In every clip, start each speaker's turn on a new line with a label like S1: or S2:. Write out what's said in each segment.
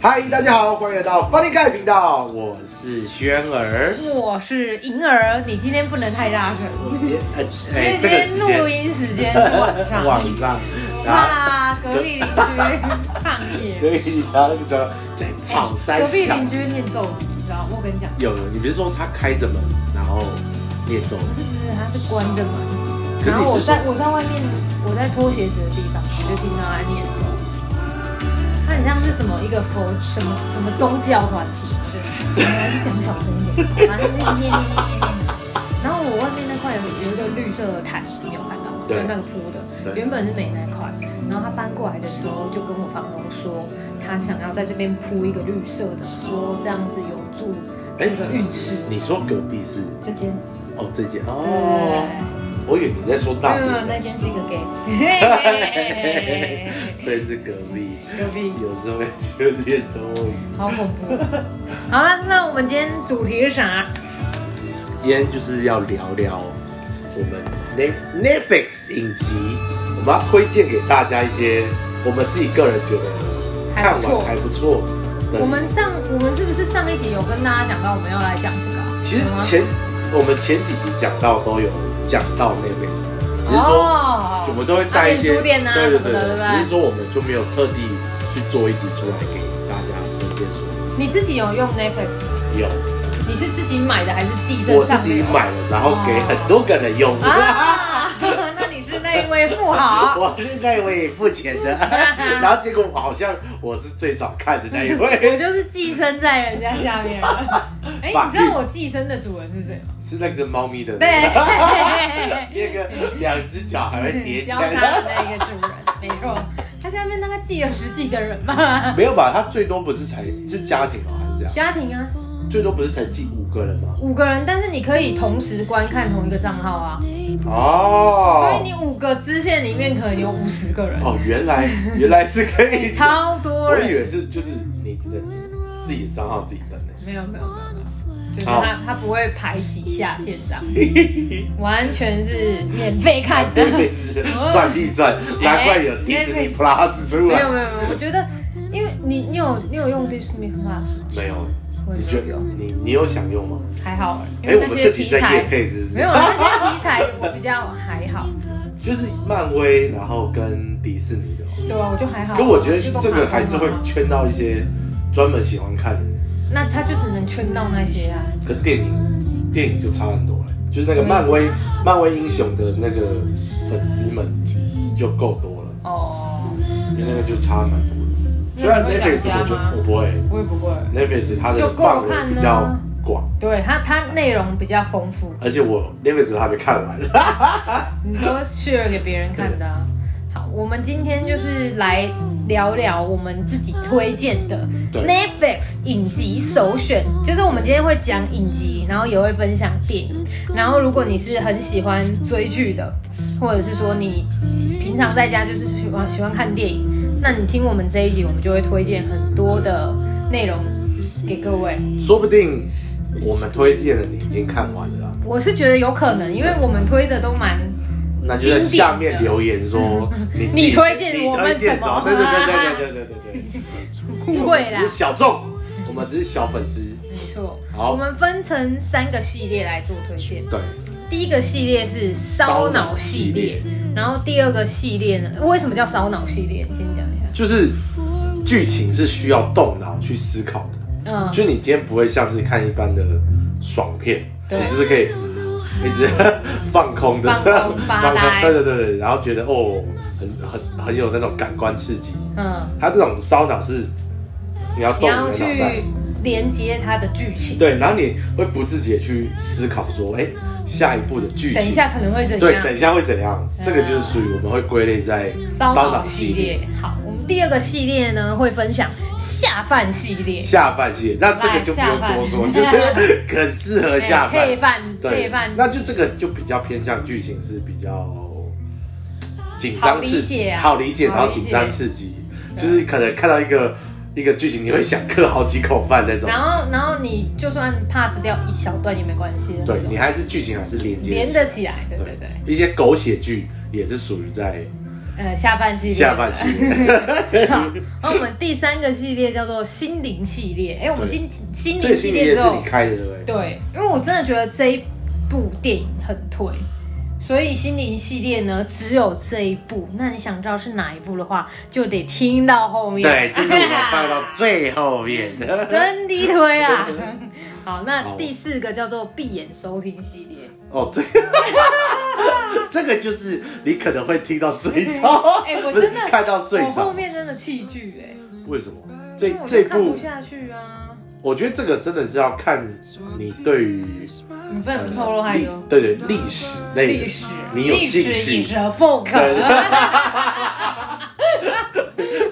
S1: 嗨，大家好，欢迎来到 Funny Guy 频道，我是轩儿。
S2: 我是银儿，你今天不能太大声，
S1: 哎
S2: 因为
S1: 哎，
S2: 今
S1: 这个
S2: 天
S1: 时
S2: 录
S1: 间
S2: 音时间是晚上。
S1: 晚上，然后
S2: 哇，隔壁邻居抗
S1: 隔
S2: 议，
S1: 壁你知道那个在吵 三
S2: 隔壁
S1: 小
S2: 邻居念咒语，你知道？我跟你讲，
S1: 有，你不是说他开着门，然后念咒，
S2: 不是不是，他是关着门，
S1: 可是
S2: 然后
S1: 你
S2: 我
S1: 是说
S2: 在我在外面，我在脱鞋子的地方，我就听到他念咒语。他很像是什么一个佛什么什么宗教团体，对，我还是讲小声一点，反正他就念念念念念。然后我外面那块有有一个绿色的毯，你有看到吗？
S1: 对
S2: 就那个铺的，
S1: 对
S2: 原本是没那块。然后他搬过来的时候，就跟我房东说，他想要在这边铺一个绿色的，说这样子有助那个运势。
S1: 哎你说隔壁是
S2: 这间
S1: 哦这间
S2: 对，
S1: 哦，我以为你在说啊
S2: 没
S1: 那
S2: 有没有，
S1: 边，
S2: 那间是一个 gay，
S1: 所以是隔壁，
S2: 隔壁
S1: 有时候就念咒语。
S2: 好恐怖哦。好了，那我们今天主题是啥？
S1: 今天就是要聊聊我们 Net- Netflix 影集，我们要推荐给大家一些我们自己个人觉得看
S2: 还不
S1: 完
S2: 错
S1: 还不错的。
S2: 我们上我们是不是上一集有跟大家讲到我们要来讲这个啊？
S1: 其实
S2: 有吗
S1: 前我们前几集讲到都有讲到 Netflix，只是说
S2: 哦
S1: 我们都会带一
S2: 啊
S1: 些
S2: 脸书店啊
S1: 对对对
S2: 什么的对不对
S1: 只是说我们就没有特地去做一集出来给大家推荐说
S2: 你自己有用 Netflix 吗？
S1: 有，
S2: 你是自己买的还是寄
S1: 我
S2: 生上
S1: 自己
S2: 流
S1: 买了，然后给很多个人用。
S2: 啊？ 那你是那一位富豪。
S1: 我是那位付钱 的，然后结果好像我是最少看的那一
S2: 我
S1: 位，
S2: 就是寄生在人家下 面了。哎、
S1: 法律
S2: 你知道我寄生的主人是 谁吗？
S1: 是那个猫咪的，
S2: 对，
S1: 那个两只脚还会叠起
S2: 交叉的
S1: 来，
S2: 那个主人，没错。他下面大概寄了十几个人吧。
S1: 没有吧？它最多不是才是家庭哦，还是这样？
S2: 家庭啊，
S1: 最多不是才进五个人吗？
S2: 五个人，但是你可以同时观看同一个账号啊，
S1: 嗯
S2: 所以
S1: 哦，
S2: 你五个支线里面可能有五十个人，
S1: 哦，原来原来是可以，
S2: 超多
S1: 我以
S2: 人。
S1: 为是就是你自己的自己的账号自己登的，
S2: 没有没有没有没有，就是
S1: 好
S2: 他他不会排挤下 线这样，完全是免费看的。
S1: 对，是赚哎一 赚，难怪有迪士尼 Plus 出
S2: 没
S1: 来
S2: 有，没有没有，我觉得，因为你你有你有用 Disney Plus 吗？
S1: 没有，
S2: 我也
S1: 你
S2: 没
S1: 觉
S2: 有
S1: 得
S2: 用，
S1: 你你有想用吗？
S2: 还好，因
S1: 哎、
S2: 为
S1: 我
S2: 那
S1: 们这
S2: 些
S1: 集
S2: 题
S1: 在夜
S2: 材
S1: 配是不是？
S2: 没有那些题材我比较还好，
S1: 就是漫威，然后跟迪士尼的嘛。
S2: 对啊，我就还好。
S1: 可我觉
S2: 就
S1: 得
S2: 都
S1: 这个还是会
S2: 看过啊
S1: 圈到一些专门喜欢看的人，
S2: 那他就只能圈到那些啊，
S1: 跟电影电影就差很多了。就是那个漫威漫威英雄的那个粉丝们就够多了，
S2: 哦，
S1: 因为那个就差蛮多的。虽然
S2: 那你会
S1: Netflix
S2: 想
S1: 我就
S2: 加吗
S1: 我不会
S2: 我也不会。
S1: ，Netflix 它的
S2: 就够啊
S1: 范围
S2: 看
S1: 比较
S2: 啊
S1: 广，
S2: 对他，他内容比较丰富，
S1: 而且我 Netflix 还没看完。
S2: 你都 share 给别人看的、啊。好，我们今天就是来聊聊我们自己推荐的
S1: 对
S2: Netflix 影集首选，就是我们今天会讲影集，然后也会分享电影。然后如果你是很喜欢追剧的，或者是说你平常在家就是喜欢喜欢看电影，那你听我们这一集，我们就会推荐很多的内容给各位。
S1: 说不定我们推荐的你已经看完了啊。
S2: 我是觉得有可能，因为我们推的都蛮
S1: 那就在下面留言 说你
S2: 你推荐我们
S1: 你推荐
S2: 什么
S1: 对对对对对对对对对，
S2: 互惠啦
S1: 我们只是。小众，我们只是小粉丝。
S2: 没错，
S1: 好
S2: 我们分成三个系列来做推荐。
S1: 对，
S2: 第一个系列是烧脑系列
S1: 烧，
S2: 然后第二个系列呢，为什么叫烧脑系列？你先讲一下。
S1: 就是剧情是需要动脑去思考的，
S2: 嗯，
S1: 就你今天不会像是看一般的爽片，
S2: 对
S1: 你就是可以一直 放空的
S2: 放空发呆
S1: 对对对对，然后觉得哦，很很很有那种感官刺激。
S2: 嗯，
S1: 它这种烧脑是你要
S2: 你
S1: 动
S2: 要
S1: 你的脑袋
S2: 去。连接它的剧情。
S1: 对，然后你会不自觉地去思考说，哎，下一步的剧情，
S2: 等一下可能会怎
S1: 对，
S2: 样？
S1: 等一下会怎样？
S2: 嗯
S1: 这个就是属于我们会归类在
S2: 烧脑系列。。好，我们第二个系列呢会分享下饭系列，
S1: 下饭系列，那这个就不用多说，就是很适合下饭
S2: 对哎配。饭配
S1: 对
S2: 饭，，
S1: 那就这个就比较偏向剧情是比较紧张刺激，好
S2: 好
S1: 理
S2: 理
S1: 解，
S2: 解啊
S1: 然后紧张刺激，就是可能看到一个一个剧情，你会想嗑好几口饭那种。
S2: 然后然后你就算 pass 掉一小段也没关系的那
S1: 对
S2: 种，
S1: 你还是剧情还是连接
S2: 连得起来，对对对。
S1: 一些狗血剧也是属于在
S2: 呃，下半系列，
S1: 下半系 列
S2: 好，那我们第三个系列叫做心灵系列。哎、我们
S1: 对
S2: 心心
S1: 这个
S2: 灵系
S1: 系
S2: 列
S1: 列
S2: 之
S1: 是
S2: 后
S1: 你，开的对不对？
S2: 对，因为我真的觉得这一部电影很推，所以心灵系列呢只有这一部。那你想知道是哪一部的话，就得听到后面。
S1: 对，这是我们放到最后面的。
S2: 真的 推啊！好，那
S1: 好
S2: 第四个叫做闭眼收听系列。
S1: 哦，这个 这个就是你可能会听到睡着，
S2: 哎、我
S1: 不是
S2: 真的
S1: 看到睡
S2: 我后
S1: 着。
S2: 面真的弃剧哎、
S1: 为什么？这
S2: 因为我
S1: 这
S2: 就看
S1: 部
S2: 不，下去啊。
S1: 我觉得这个真的是要看你对于呃
S2: 你不能透露太
S1: 历
S2: 多。
S1: 对对历史类
S2: 历
S1: 的，
S2: 史，
S1: 你有
S2: 历史
S1: 兴趣
S2: 已是不可。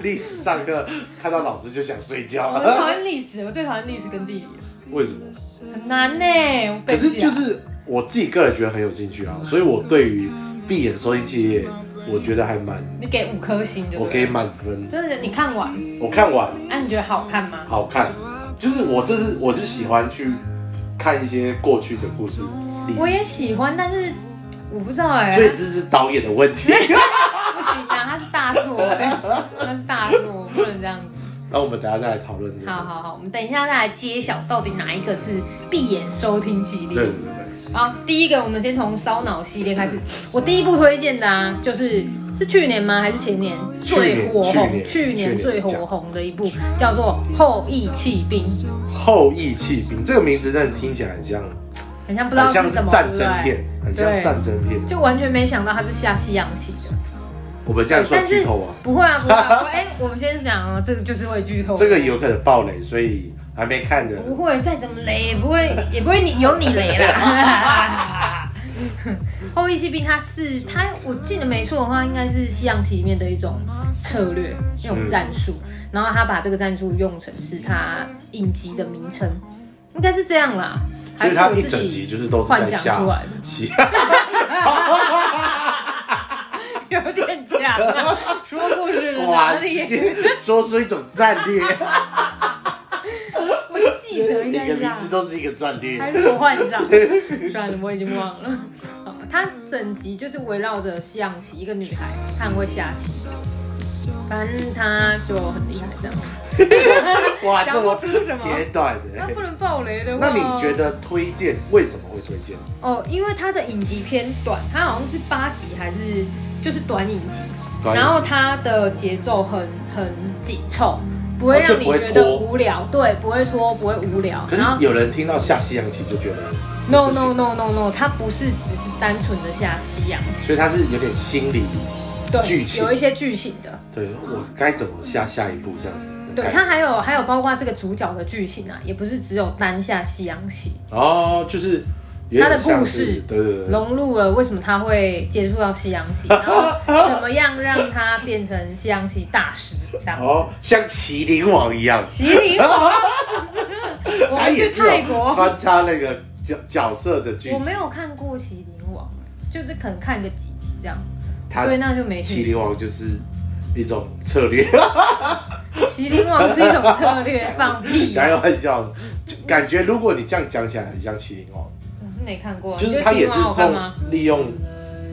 S1: 历史上课看到老师就想睡觉
S2: 我很讨
S1: 了。
S2: 厌历史，我最讨厌历史跟地理了，
S1: 为什么？
S2: 很难呢、我
S1: 可
S2: 背不
S1: 是
S2: 起来
S1: 就是我自己个人觉得很有兴趣啊，
S2: 嗯
S1: 所以我对于闭眼收听系列，我觉得还蛮，
S2: 你给五颗星就
S1: 我
S2: 对
S1: 给
S2: 了
S1: 满分。
S2: 真的，你看完，
S1: 我看完
S2: 哎、你觉得好看吗？
S1: 好看，就是我这是我是喜欢去看一些过去的故事，历史
S2: 我也喜欢，但是我不知道哎、
S1: 所以这是导演的问题。
S2: 不行啊，它是 大作、欸，它是大作，不能这样子。
S1: 那我们等一下再来讨论这个。
S2: 好好好，我们等一下再来揭晓到底哪一个是闭眼收听系
S1: 对对
S2: 列。
S1: 对对，
S2: 好，第一个我们先从烧脑系列开始。我第一部推荐的啊，就是是去年吗？还是前年
S1: 去年
S2: 最火红？
S1: 去年
S2: 去年最
S1: 去
S2: 火
S1: 年
S2: 红的一部叫做《后羿弃兵》，
S1: 后羿弃兵这个名字真的听起来很像，
S2: 很像不知道
S1: 很像
S2: 是
S1: 是
S2: 什么，
S1: 战
S2: 对
S1: 争
S2: 不对
S1: 片，很像
S2: 对
S1: 战争片。
S2: 就完全没想到它是下西洋棋的。
S1: 我们这样算
S2: 但
S1: 剧
S2: 是
S1: 透啊？
S2: 不会啊，不会啊。不会哎、我 们先讲哦，这个就是会剧透。
S1: 这个有可能爆雷，所以还没看的
S2: 不会，再怎么雷也不会，也不会你有你雷啦。 后羿弃兵，它是它，我记得没错的话，应该是西洋棋里面的一种策略，一种战术。然后他把这个战术用成是他影集的名称，应该是这样啦。
S1: 所
S2: 还
S1: 以
S2: 是
S1: 它
S2: 我
S1: 一
S2: 自
S1: 整集
S2: 己
S1: 就是都是在
S2: 幻想
S1: 下
S2: 出来的
S1: 棋，
S2: 有点假 啦，说故事的哪
S1: 哇，直
S2: 里？
S1: 接说出一种战略，
S2: 我记得应
S1: 每个
S2: 该是这
S1: 名
S2: 样
S1: 字。都是一个战略。
S2: 还是我换上？算了，我已经忘了。好它整集就是围绕着西洋棋，一个女孩，她很会下棋，反正她就很厉害这样子。
S1: 哇，这么
S2: 讲不出什么
S1: 简短
S2: 那
S1: 的
S2: 不。能爆雷的话，
S1: 那你觉？得推荐为什么会推荐？
S2: 哦，因为它的影集偏短，它好像是八集还是就是短影集，
S1: 短影集
S2: 然后它的节奏很很紧凑，不会
S1: 哦就
S2: 让你
S1: 不会
S2: 觉
S1: 拖
S2: 得无聊，对，不会拖，不会无聊。
S1: 可是
S2: 然后
S1: 有人听到下西洋棋就觉得
S2: no no no no no，它不是只是单纯的下西洋棋，
S1: 所以它是有点心理，剧
S2: 对，
S1: 情
S2: 有一些剧情的。
S1: 对我该怎么下下一步这样子的
S2: 对，
S1: 概念。
S2: 它还有还有包括这个主角的剧情啊，也不是只有单下西洋棋，
S1: 哦，就是有
S2: 它
S1: 点
S2: 的故
S1: 像是
S2: 事
S1: 对对对，
S2: 融入了为什么他会接触到西洋 棋，然后怎么样让他变成西洋棋大师这样子。
S1: 哦，像麒麟王一样，
S2: 麒 麟王，我
S1: 他
S2: 们去
S1: 也是哦
S2: 泰
S1: 有
S2: 国，
S1: 穿插那个角角色的剧
S2: 我
S1: 情
S2: 没。有看过麒麟王，就是可能看个几集这样。
S1: 他
S2: 对，那就没兴
S1: 麒
S2: 趣。
S1: 麟王就是一种策 略，
S2: 麒麟王是一种策略，放 屁啊！
S1: 开玩笑的，就感觉如果你这样讲起来，很像麒麟王，
S2: 我是没看过啊，
S1: 就
S2: 你
S1: 是
S2: 觉
S1: 他
S2: 得麒
S1: 也
S2: 麟
S1: 是
S2: 王好看
S1: 用
S2: 吗？
S1: 利用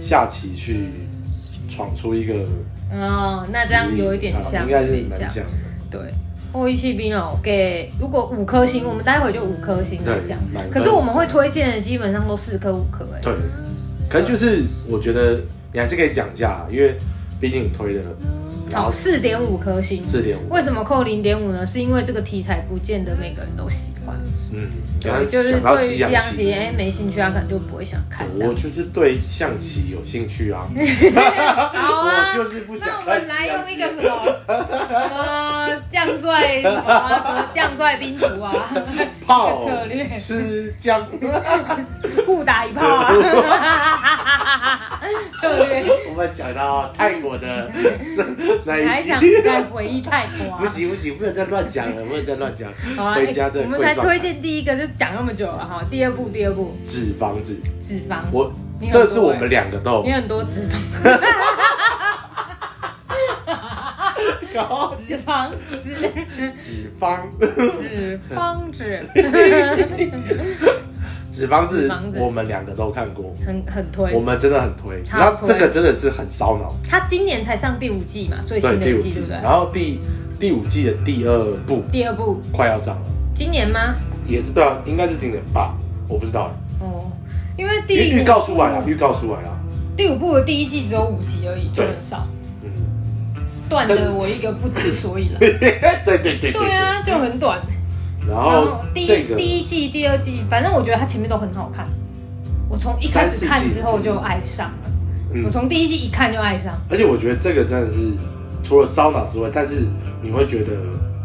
S1: 下棋去闯出一个实力，
S2: 哦，那这样有一点
S1: 啊
S2: 像，
S1: 应该
S2: 有
S1: 是
S2: 点
S1: 蛮
S2: 像。
S1: 像的。
S2: 对，后羿弃兵哦，给如果五颗星，我们待会就五颗星来讲
S1: 对满。分
S2: 可是我们会推荐的基本上都四颗五颗哎。
S1: 对，可能就是我觉得你还是可以讲一下啦，因为毕竟你推的，然
S2: 好，
S1: 后
S2: 哦四点五颗星。
S1: 四点五，
S2: 为什么扣零点五呢？是因为这个题材不见得每个人都喜欢，
S1: 嗯，刚
S2: 对，
S1: 刚
S2: 就是
S1: 想到
S2: 对
S1: 西
S2: 于西洋
S1: 洋棋
S2: 棋，哎、没兴趣，他可能就不会想看这
S1: 我
S2: 样。嗯
S1: 就是对象棋有兴趣啊，
S2: 好啊
S1: 我，就是不想哎
S2: 那我
S1: 看西
S2: 们来
S1: 洋
S2: 用
S1: 棋
S2: 一个什么，呃，将帅什么啊，将帅兵卒啊，
S1: 炮
S2: 策略
S1: 吃姜，
S2: 互打一炮啊，策略。
S1: 我们讲到泰国的 那
S2: 你还
S1: 一
S2: 想
S1: 集，
S2: 再回忆泰国、啊？
S1: 不行不行，不能再乱讲了，不能再乱讲
S2: 好啊，，
S1: 回家
S2: 欸
S1: 的
S2: 我们才
S1: 跪上
S2: 推荐第一个就讲那么久了哈。第二部，第二部
S1: 纸房子，
S2: 脂肪，
S1: 我
S2: 你很
S1: 这是
S2: 多
S1: 我
S2: 欸
S1: 们两个都
S2: 你
S1: 有
S2: 很多脂肪，
S1: 搞
S2: 脂肪脂
S1: 脂肪
S2: 嗯脂肪脂，
S1: 脂纸房
S2: 纸
S1: 子
S2: 房子
S1: 我们两个都看过，
S2: 很很
S1: 我
S2: 推。
S1: 们真的很推。
S2: 超推
S1: 然后这个真的是很烧脑，
S2: 嗯他今年才上第五季嘛，最
S1: 对
S2: 新的
S1: 第
S2: 一
S1: 五
S2: 季，对
S1: 季
S2: 不，对？
S1: 然后第第五季的第二部
S2: 第二部
S1: 快要上了，
S2: 今年吗？
S1: 也是对啊，应该是今年吧，我不知道，
S2: 哦，因为第
S1: 预
S2: 五
S1: 预告出来了，
S2: 部
S1: 预告啊出来了，
S2: 第五部的第一季只有五集而已，就
S1: 对
S2: 很少，
S1: 嗯，
S2: 断
S1: 但
S2: 了我一个不知所 以 然。
S1: 对对对对
S2: 对啊，就很短。
S1: 然
S2: 然
S1: 后
S2: 后第一、
S1: 哦这个
S2: 第一季、第二季，反正我觉得它前面都很好看。我从一开始看之后就爱上了，
S1: 嗯
S2: 我从第一季一看就爱上。
S1: 而且我觉得这个真的是除了烧脑之外，但是你会觉得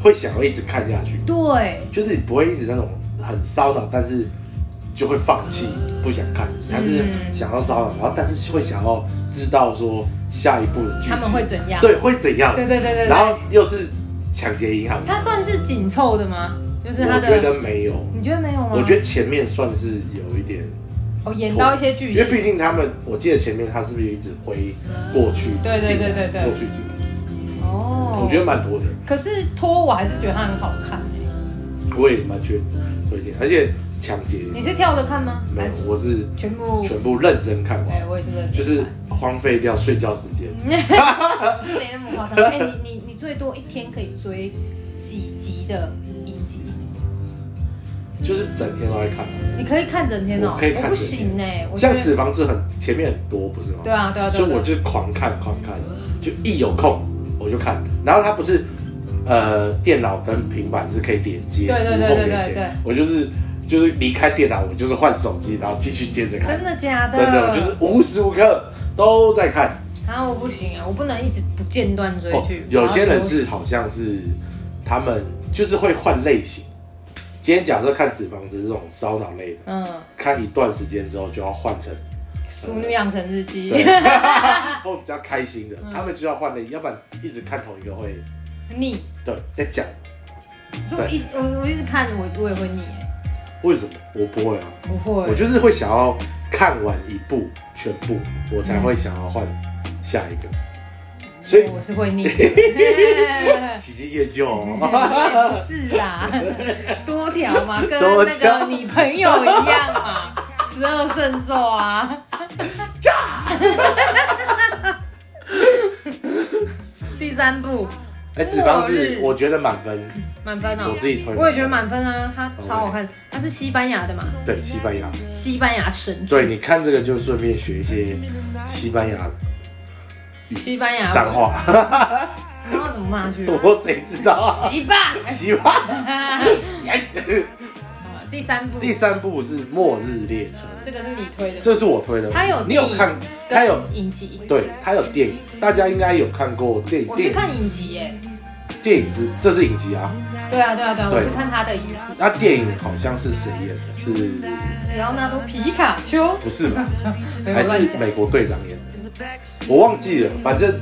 S1: 会想要一直看下去，
S2: 对，
S1: 就是你不会一直那种很烧脑，但是就会放弃
S2: 嗯
S1: 不想看，还是想要烧脑，然后但是会想要知道说下一步的剧情
S2: 他们会怎样？
S1: 对会怎样，
S2: 对对对对对
S1: 然后又是抢劫银行，
S2: 它算是紧凑的吗？就是它
S1: 我
S2: 的，嗯
S1: 觉得没有，
S2: 你觉得没有吗？
S1: 我觉得前面算是有一点
S2: 哦，演到一些剧
S1: 因为毕
S2: 情，
S1: 竟他们，我记得前面他是不是一直回过去，
S2: 对对
S1: 进
S2: 对对
S1: 来
S2: 对
S1: 过去进来，
S2: 哦，
S1: 我觉得蛮多的。
S2: 可是拖我还是觉得它很好看。
S1: 我也蛮推推荐，而且抢劫
S2: 你是跳着看吗？
S1: 没
S2: 还
S1: 有
S2: 是，
S1: 我是
S2: 全部？
S1: 全部认真看
S2: 哦对，
S1: 完，
S2: 我也是认真看
S1: 就是荒废掉睡觉时间。
S2: 是没那么夸张。哎、你 你你最多一天可以追几集的影集？
S1: 就是整天都在看。
S2: 你可以看整天哦、
S1: 我可以看整天
S2: 不行哎、我觉
S1: 像
S2: 得
S1: 脂肪是很前面很多，不是吗？
S2: 对啊对啊对啊对
S1: 所
S2: 啊
S1: 以我就狂看狂看，就一有空我就看。然后它不是呃电脑跟平板是可以连接，
S2: 对对对
S1: 无缝
S2: 对对
S1: 连接
S2: 对
S1: 我就是就是离开电脑，我就是换手机，然后继续接着看
S2: 啊真。的假的？
S1: 真的，我就是无时无刻都在看。哦
S2: 啊，我不行啊，我不能一直不间断追剧、
S1: 有些人
S2: 我要休
S1: 是
S2: 息
S1: 好像是他们就是会换类型。今天假设看《脂肪子》这种烧脑类的，
S2: 嗯，
S1: 看一段时间之后就要换成
S2: 《熟女养成日记
S1: 对，或比较开心的，他们就要换类，要不然一直看同一个会》
S2: 腻，
S1: 对在讲
S2: 可是我一直我我一直看我我也会腻、欸，
S1: 为什么我不会啊，
S2: 不会
S1: 我就是会想要看完一部全部，我才会想要换下一个，所以
S2: 我是 会腻 的。嘿
S1: 喜新厌旧哦。
S2: 不 是啦，多条嘛，跟
S1: 多
S2: 那
S1: 条
S2: 个你朋友一样嘛，十二圣兽啊。第三部
S1: 哎，脂肪是
S2: 末日
S1: 我觉得满分，
S2: 满分哦，
S1: 我自己推
S2: 我也觉得满分啊，它超好看，它是西班牙的嘛，
S1: 对西班牙。
S2: 西班牙神 剧，
S1: 对，你看这个就顺便学一些西班牙
S2: 西班牙
S1: 脏，话，
S2: 脏话怎么骂去？
S1: 我谁知道啊？
S2: 西吧。
S1: 西班牙。
S2: 好第三部，
S1: 第三部是《末日列车
S2: 这个是你推》，的，
S1: 这是我推的。
S2: 它有
S1: 你有看？它有
S2: 跟影集，
S1: 对，它有电影，大家应该有看过电影。
S2: 我
S1: 电
S2: 是
S1: 影
S2: 看影集耶。
S1: 电影是这是影集啊，
S2: 对啊，对啊，对啊，
S1: 对
S2: 我是看他的影集。
S1: 那电影好像是谁演的？是
S2: 里奥纳多皮卡丘，
S1: 不是吧？
S2: 没有
S1: 还
S2: 乱
S1: 是
S2: 讲
S1: 美国队长演的？我忘记了，反正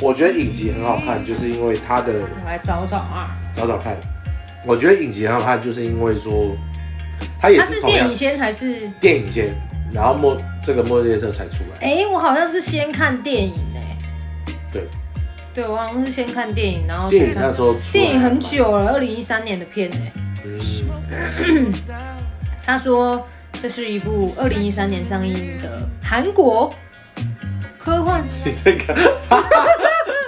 S1: 我觉得影集很好看，就是因为它的
S2: 我来找找啊，
S1: 找找看。我觉得影集很好看，就是因为说它也
S2: 他
S1: 是
S2: 是
S1: 同
S2: 电
S1: 样
S2: 影先还是？
S1: 电影先，然后末这个末日列车才出来。
S2: 哎、我好像是先看电影哎、
S1: 对，
S2: 对，我好像是先看电影，然后
S1: 电影
S2: 再看
S1: 那时候出来
S2: 哦电影很久了，二零一三年的片哎、
S1: 嗯，
S2: 他说这是一部二零一三年上映的韩国科 幻，
S1: 你这个，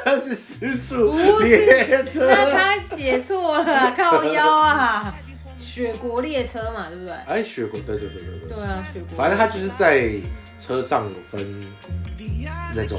S1: 它是时速
S2: 不是
S1: 列车，
S2: 那他写错了， 靠腰啊，雪国列车嘛，对不对？
S1: 哎，雪国，对对对对对
S2: 对，啊，雪国。
S1: 反正它就是在车上有分那种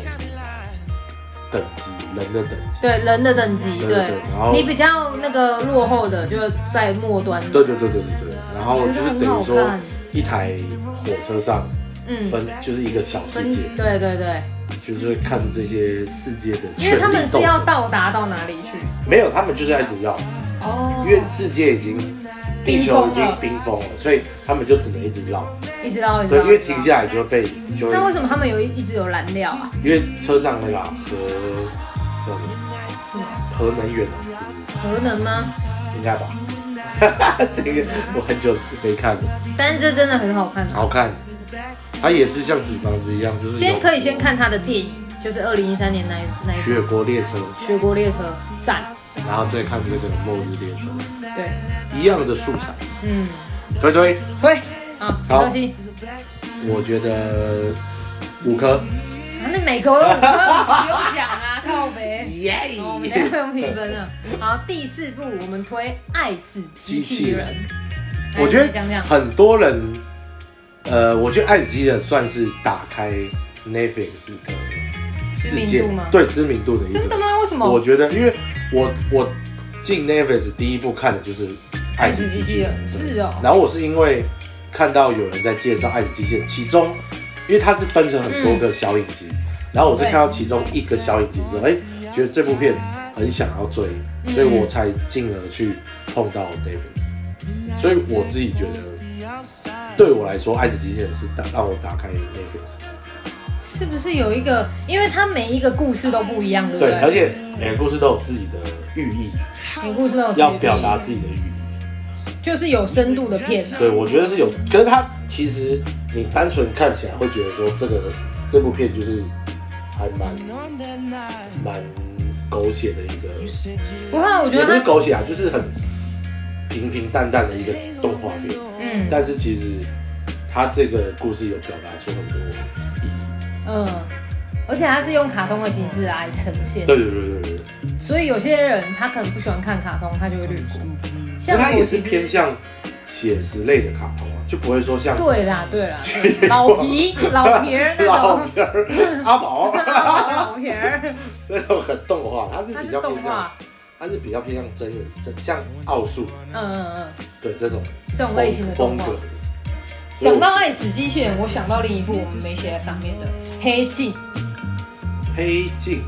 S1: 等级，人的等级。
S2: 对人的等级，
S1: 对对
S2: 对
S1: 对然后
S2: 你比较那个落后的，就在末端。
S1: 对对对对对对，然后就是等于
S2: 我觉得很
S1: 说
S2: 好看
S1: 一台火车上
S2: 嗯，
S1: 分就是一个小世
S2: 分
S1: 界，
S2: 对对对，
S1: 就是看这些世界的
S2: 因为
S1: 权
S2: 他们
S1: 力斗
S2: 是要
S1: 争。
S2: 到达到哪里去？
S1: 没有，他们就是要一直绕，
S2: 哦
S1: 因为世界已经地球已经冰封了，所以他们就只能一直绕。
S2: 一直到一直
S1: 对，
S2: 到。
S1: 因为停下来就被就
S2: 那为
S1: 会，
S2: 什么他们有一一直有燃料啊？
S1: 因为车上那个啊核叫什么
S2: 是吗？
S1: 核能源啊，是
S2: 核能吗？
S1: 不是应该吧？ 这个我很久没看了，
S2: 但是这真的很好看。啊
S1: 好看。它也是像纸房子一样，就是有
S2: 先可以先看他的电影，就是二零一三年那一那一部
S1: 雪国列车，
S2: 雪国列车赞，
S1: 然后再看这个末日列车，
S2: 对，
S1: 一样的素材，
S2: 嗯，
S1: 推推。
S2: 推啊，几颗星？
S1: 我觉得五颗。
S2: 啊，那每个都五颗，不用讲啦，靠 北。
S1: 耶、
S2: 然 后我们等一下用评分了。啊好，第四部我们推《爱死机器人》来，
S1: 我觉
S2: 你讲
S1: 得
S2: 讲
S1: 很多人，呃，我觉得《爱死机》的算是打开 Netflix 的世
S2: 知名
S1: 界
S2: 度吗
S1: 对知名度的一个。
S2: 真的吗？为什么？
S1: 我觉得，因为我我进 Netflix 第一部看的就是《爱死机器人》
S2: 爱死机
S1: 对
S2: 器人是哦
S1: 然后我是因为看到有人在介绍《爱死机器人》，其中因为它是分成很多
S2: 嗯
S1: 个小影集，然后我是看到其中一个小影集之后，哎，觉得这部片很想要追，所以我才进而去碰到 Netflix。所以我自己觉得，对我来说，《爱死机器人》是打让我打开 Netflix。
S2: 是不是有一个？因为它每一个故事都不一样，对不
S1: 对，而
S2: 对？
S1: 且每个故事都有自己的寓意，
S2: 每个故事都有
S1: 要表达
S2: 己
S1: 自己的寓意。
S2: 不一样，就是有深度的片啊。
S1: 对，我觉得是有，可是它其实你单纯看起来会觉得说这个这部片就是还蛮蛮狗血的一个，
S2: 不过我觉
S1: 也不
S2: 得
S1: 是
S2: 它，
S1: 狗血啊，就是很平平淡淡的一个动画片，
S2: 嗯
S1: 但是其实它这个故事有表达出很多意义。
S2: 嗯，而且它是用卡通的形式来呈现，
S1: 对对对对对对，
S2: 所以有些人他可能不喜欢看卡通，他就会略过。
S1: 那嗯它也
S2: 我
S1: 是
S2: 其
S1: 偏
S2: 实
S1: 向写实类的卡通啊，就不会说像
S2: 对啦对 啦，老皮老皮儿那
S1: 老
S2: 种。
S1: 片儿 阿宝啊
S2: 老皮 儿，
S1: 那种很动画，它是
S2: 它
S1: 比
S2: 是
S1: 较
S2: 动
S1: 偏向。
S2: 画，
S1: 它是比较偏向真人，真像奥数
S2: 嗯嗯嗯，
S1: 对这种
S2: 这种类型的
S1: 风
S2: 动
S1: 格
S2: 画。。
S1: 所以
S2: 讲
S1: 我
S2: 到爱死机器人，我想到另一部我们没写在上面的《黑镜》。
S1: 黑镜，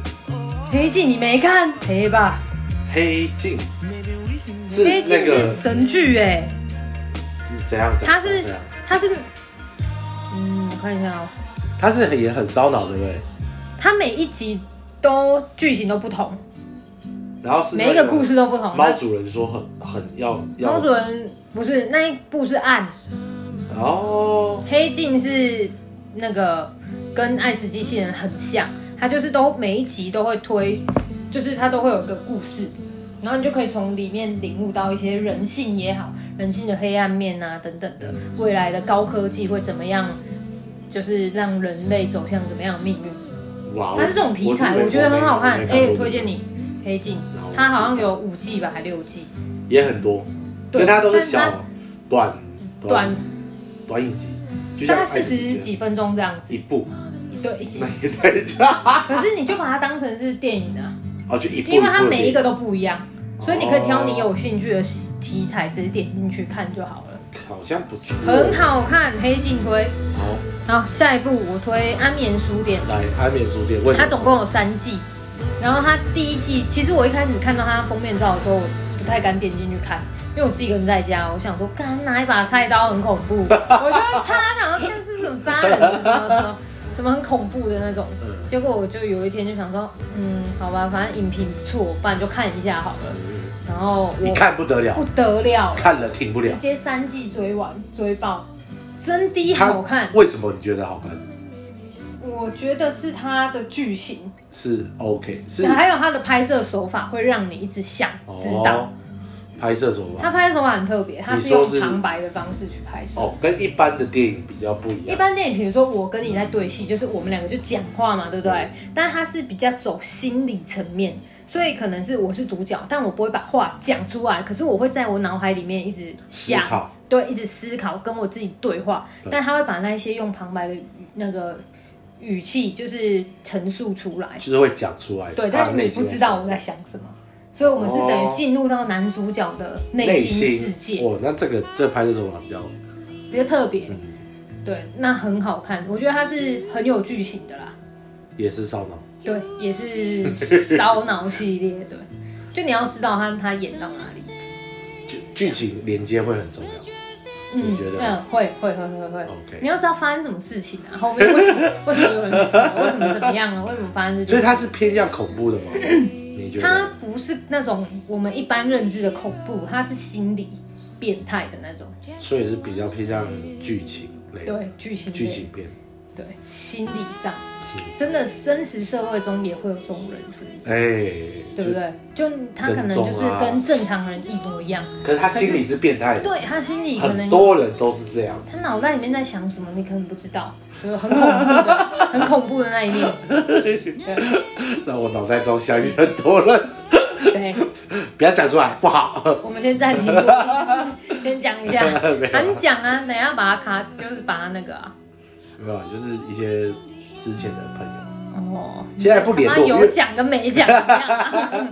S2: 黑镜你没看？黑吧，
S1: 黑镜是
S2: 黑
S1: 那
S2: 镜
S1: 个
S2: 是神剧哎，
S1: 是怎样？怎样
S2: 它是
S1: 怎样
S2: 它是，嗯，我看一下哦，
S1: 它是很也很烧脑，对不对？
S2: 它每一集都剧情都不同，
S1: 然后是那
S2: 每一个故事都不同。
S1: 猫主人说很很要要
S2: 猫主人不是那一部是暗，
S1: 哦，
S2: 黑镜是那个跟爱死机器人很像，它就是都每一集都会推，就是它都会有一个故事，然后你就可以从里面领悟到一些人性也好，人性的黑暗面啊等等的，
S1: 嗯
S2: 未来的高科技会怎么样，就是让人类走向怎么样的命运。
S1: 哇哦！
S2: 它是这种题材，我
S1: 是
S2: 觉得很好看，
S1: 没
S2: 哎、
S1: 看过这个
S2: 推荐你黑镜，它好像有五季吧，还六季，
S1: 也很多，
S2: 对
S1: 对，它都是
S2: 但是它
S1: 小短
S2: 短
S1: 短影集，就像
S2: 大概
S1: 啊爱
S2: 四
S1: 情
S2: 十
S1: 一
S2: 几分钟这样子，
S1: 一部，
S2: 对，一集
S1: 那。也在家
S2: 可是你就把它当成是电影啊，
S1: 哦，就一步，
S2: 因为它
S1: 步地
S2: 每一个都不一样，所以你可以挑你有兴趣的题材直接点进去看就好了，
S1: 好像不错，
S2: 很。好看，黑镜推。
S1: 好，
S2: 好，下一部我推《安眠书店》，
S1: 来安眠书店，为什
S2: 它
S1: 么？
S2: 总共有三季，然后它第一季，其实我一开始看到它封面照的时候，我不太敢点进去看，因为我自己一个人在家，我想说，干拿一把菜刀很恐 怖，我就怕，想说干是什么杀人的什么什么什么很恐怖的那种。
S1: 嗯
S2: 结果我就有一天就想说，嗯，好吧，反正影评不错，不然就看一下好了。然后
S1: 一
S2: 我
S1: 嗯看不得了
S2: 不，得了，
S1: 看了停不了
S2: 直。接三季追完追爆，真的
S1: 它
S2: 好看。
S1: 为什么你觉得好看？
S2: 我觉得是它的剧情，
S1: 是 OK，是
S2: 还有它的拍摄手法会让你一直想知道。
S1: 哦，拍摄手
S2: 它
S1: 法
S2: 拍摄手法很特别，它是
S1: 你
S2: 用
S1: 说是
S2: 旁白的方式去拍摄。
S1: 哦，跟一般的电影比较不一样。
S2: 一般电影，比如说我跟你在对戏，就是我们两个就讲话嘛，对不对？
S1: 嗯
S2: 但它是比较走心理层面，所以可能是我是主角，但我不会把话讲出来，可是我会在我脑海里面一直想
S1: 思考，
S2: 对，一直思考，跟我自己对话。
S1: 对
S2: 但他会把那些用旁白的语那个语气，就是陈述出来。
S1: 就是会讲出来，
S2: 对，
S1: 它
S2: 但
S1: 的
S2: 是你
S1: 啊内心
S2: 不知道我在想什么，所以我们是等于
S1: 哦
S2: 进入到男主角的内
S1: 内
S2: 心
S1: 心
S2: 世界。
S1: 哦，那这个这拍摄手法比较
S2: 比较特
S1: 嗯
S2: 别，对，那很好看，我觉得它是很有剧情的啦，
S1: 也是烧脑。
S2: 对，也是烧脑系列，对，就你要知道他他演到哪里，
S1: 剧剧情连接会很重要。
S2: 嗯
S1: 你觉得
S2: 嗯，会会会会会
S1: OK
S2: 你要知道发生什么事情啊，后面为什么为什么有人死啊了，为什么怎么样了，为什么发生这件事，
S1: 所以它是偏向恐怖的 吗？你觉
S2: 它
S1: 得？
S2: 不是那种我们一般认知的恐怖，它是心理变态的那种，
S1: 所以是比较偏向剧情类的，
S2: 对，剧情类
S1: 剧情片。
S2: 对，心理上
S1: 心理
S2: 真的真实社会中也会有这种人存在，
S1: 哎、
S2: 对不
S1: 就？
S2: 对？就他可能
S1: 跟踪
S2: 就
S1: 啊
S2: 是跟正常人一模一样，
S1: 可是他心里是变态的，
S2: 对他心里可
S1: 很
S2: 能
S1: 多啊人都是这样。
S2: 他脑袋里面在想什么，你可能不知道，就是很恐怖的，很恐怖的那一面。
S1: 在我脑袋中相信很多人，
S2: 对，
S1: 不要讲出来，不好。
S2: 我们先暂停录音，先讲一下
S1: 没有，
S2: 啊，你讲啊，等一下把它卡，就是把它那个啊。
S1: 没有啊，就是一些之前的朋友，
S2: 哦，
S1: 现在不联
S2: 他
S1: 络，因
S2: 有
S1: 为
S2: 讲跟没讲 一样啊。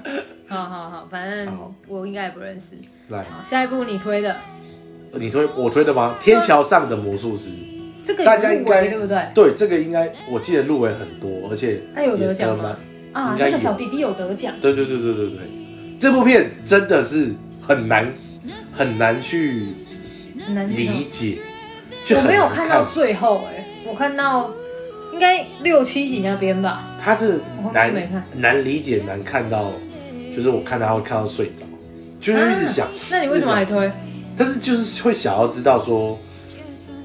S2: 好好好，反
S1: 好
S2: 正我应该也不认识。
S1: 来，
S2: 好，下一步你推的
S1: 你推我推的吗？天桥上的魔术师，
S2: 这个
S1: 大家
S2: 有
S1: 应
S2: 入
S1: 该
S2: 围对不对？
S1: 对这个应该我记得入围很多，而且
S2: 他有得
S1: 也
S2: 奖
S1: 得
S2: 吗
S1: 蛮？
S2: 啊
S1: 应，该
S2: 那
S1: 有
S2: 个小弟弟有得奖，
S1: 对对对对对对，这部片真的是很难很难去
S2: 很难接受
S1: 理解，就
S2: 我
S1: 很
S2: 没有
S1: 难
S2: 看到最后哎、我看到应该六七集那边吧。
S1: 他这
S2: 我
S1: 难
S2: 没看
S1: 难理解难看到，就是我看他会看到睡着，就是一直想，
S2: 啊那你为什么还推？
S1: 但是就是会想要知道说，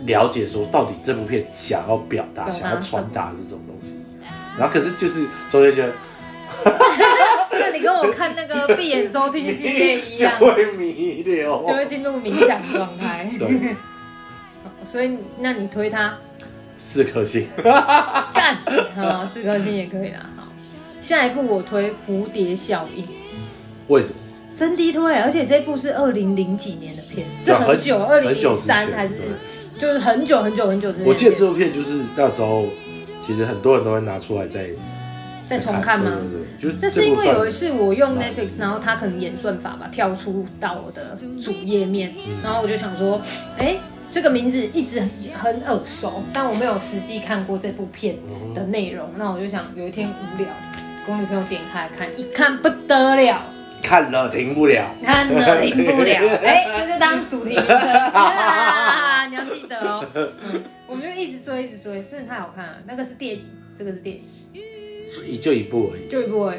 S1: 了解说到底这部片想要表达、
S2: 表达
S1: 想要传达是什么东西。然后可是就是周杰伦
S2: 那你跟我看那个闭眼收听系列一
S1: 就
S2: 样，
S1: 会迷流，
S2: 就会进入冥想状 态。
S1: 对，
S2: 所以那你推他
S1: 四颗星，
S2: 干，好，四颗星也可以啦。好，下一部我推《蝴蝶效应》，
S1: 为什么？
S2: 真低推，而且这部是二零零几年的片，
S1: 对啊
S2: 这很久，二
S1: 很
S2: 零
S1: 很久
S2: 零
S1: 之前
S2: 三还是
S1: 对
S2: 就是很久很久很久之前。
S1: 我记得这部片就是那时候，其实很多人都会拿出来再
S2: 再重看吗？
S1: 对对对，就是
S2: 这是因
S1: 部
S2: 为
S1: 算
S2: 有一次我用 Netflix，然后它可能演算法吧跳出到我的主页面，
S1: 嗯
S2: 然后我就想说，哎、这个名字一直很很耳熟，但我没有实际看过这部片的内容。那我就想有一天无聊，跟我女朋友点开来看，一看不得了，
S1: 看了停不了，
S2: 看了停 不了，哎、这就当主题名称、啊，你要记得哦。嗯，我们就一直追，一直追，真的太好看了。那个是电影，这个是电影。
S1: 也就一部而已。
S2: 就一部哎。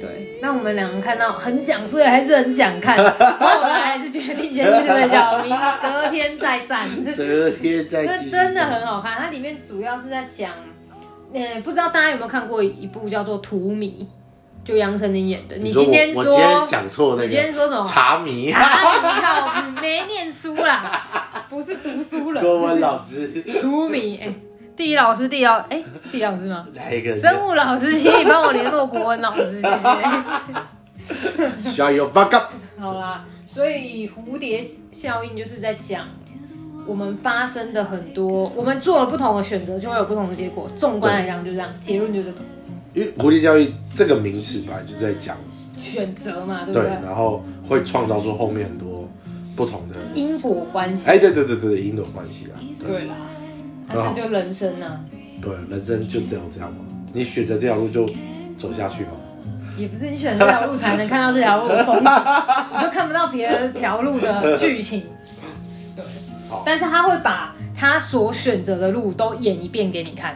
S2: 对，那我们两个看到很想睡，还是很想看，后来还是决定先去睡觉，明隔天再战。
S1: 这天再
S2: 那真的很好看，它里面主要是在讲，呃，不知道大家有没有看过一部叫做《荼蘼》，就杨丞琳演的。你
S1: 说
S2: 今天
S1: 我
S2: 说，
S1: 我今天讲错那个，
S2: 你今天说什么
S1: 茶迷，
S2: 啊，你靠，没念书啦，不是读 书人。
S1: 国文老师
S2: 荼蘼，哎，地理老师，地理老，哎，是地理老师吗？
S1: 来一个
S2: 生物老师，请你帮我联络国文老师，谢谢。
S1: 小有 fuck up，
S2: 好啦，所以蝴蝶效应就是在讲我们发生的很多，我们做了不同的选择，就会有不同的结果。纵观来讲就这样，结论就是
S1: 因为蝴蝶效应这个名词本来就是在讲
S2: 选择嘛，对不
S1: 对，
S2: 对？
S1: 然后会创造出后面很多不同的，
S2: 因果关系，
S1: 哎，对哎对对对，因果关系啊，
S2: 对啦，
S1: 很
S2: 啊
S1: 好
S2: 这就人生啊，
S1: 对，人生就只有这样嘛，你选择这条路就走下去嘛，
S2: 也不是你选这条路才能看到这条路的风景， 你就看不到别的条路的剧情。对
S1: 好，
S2: 但是他会把他所选择的路都演一遍给你看，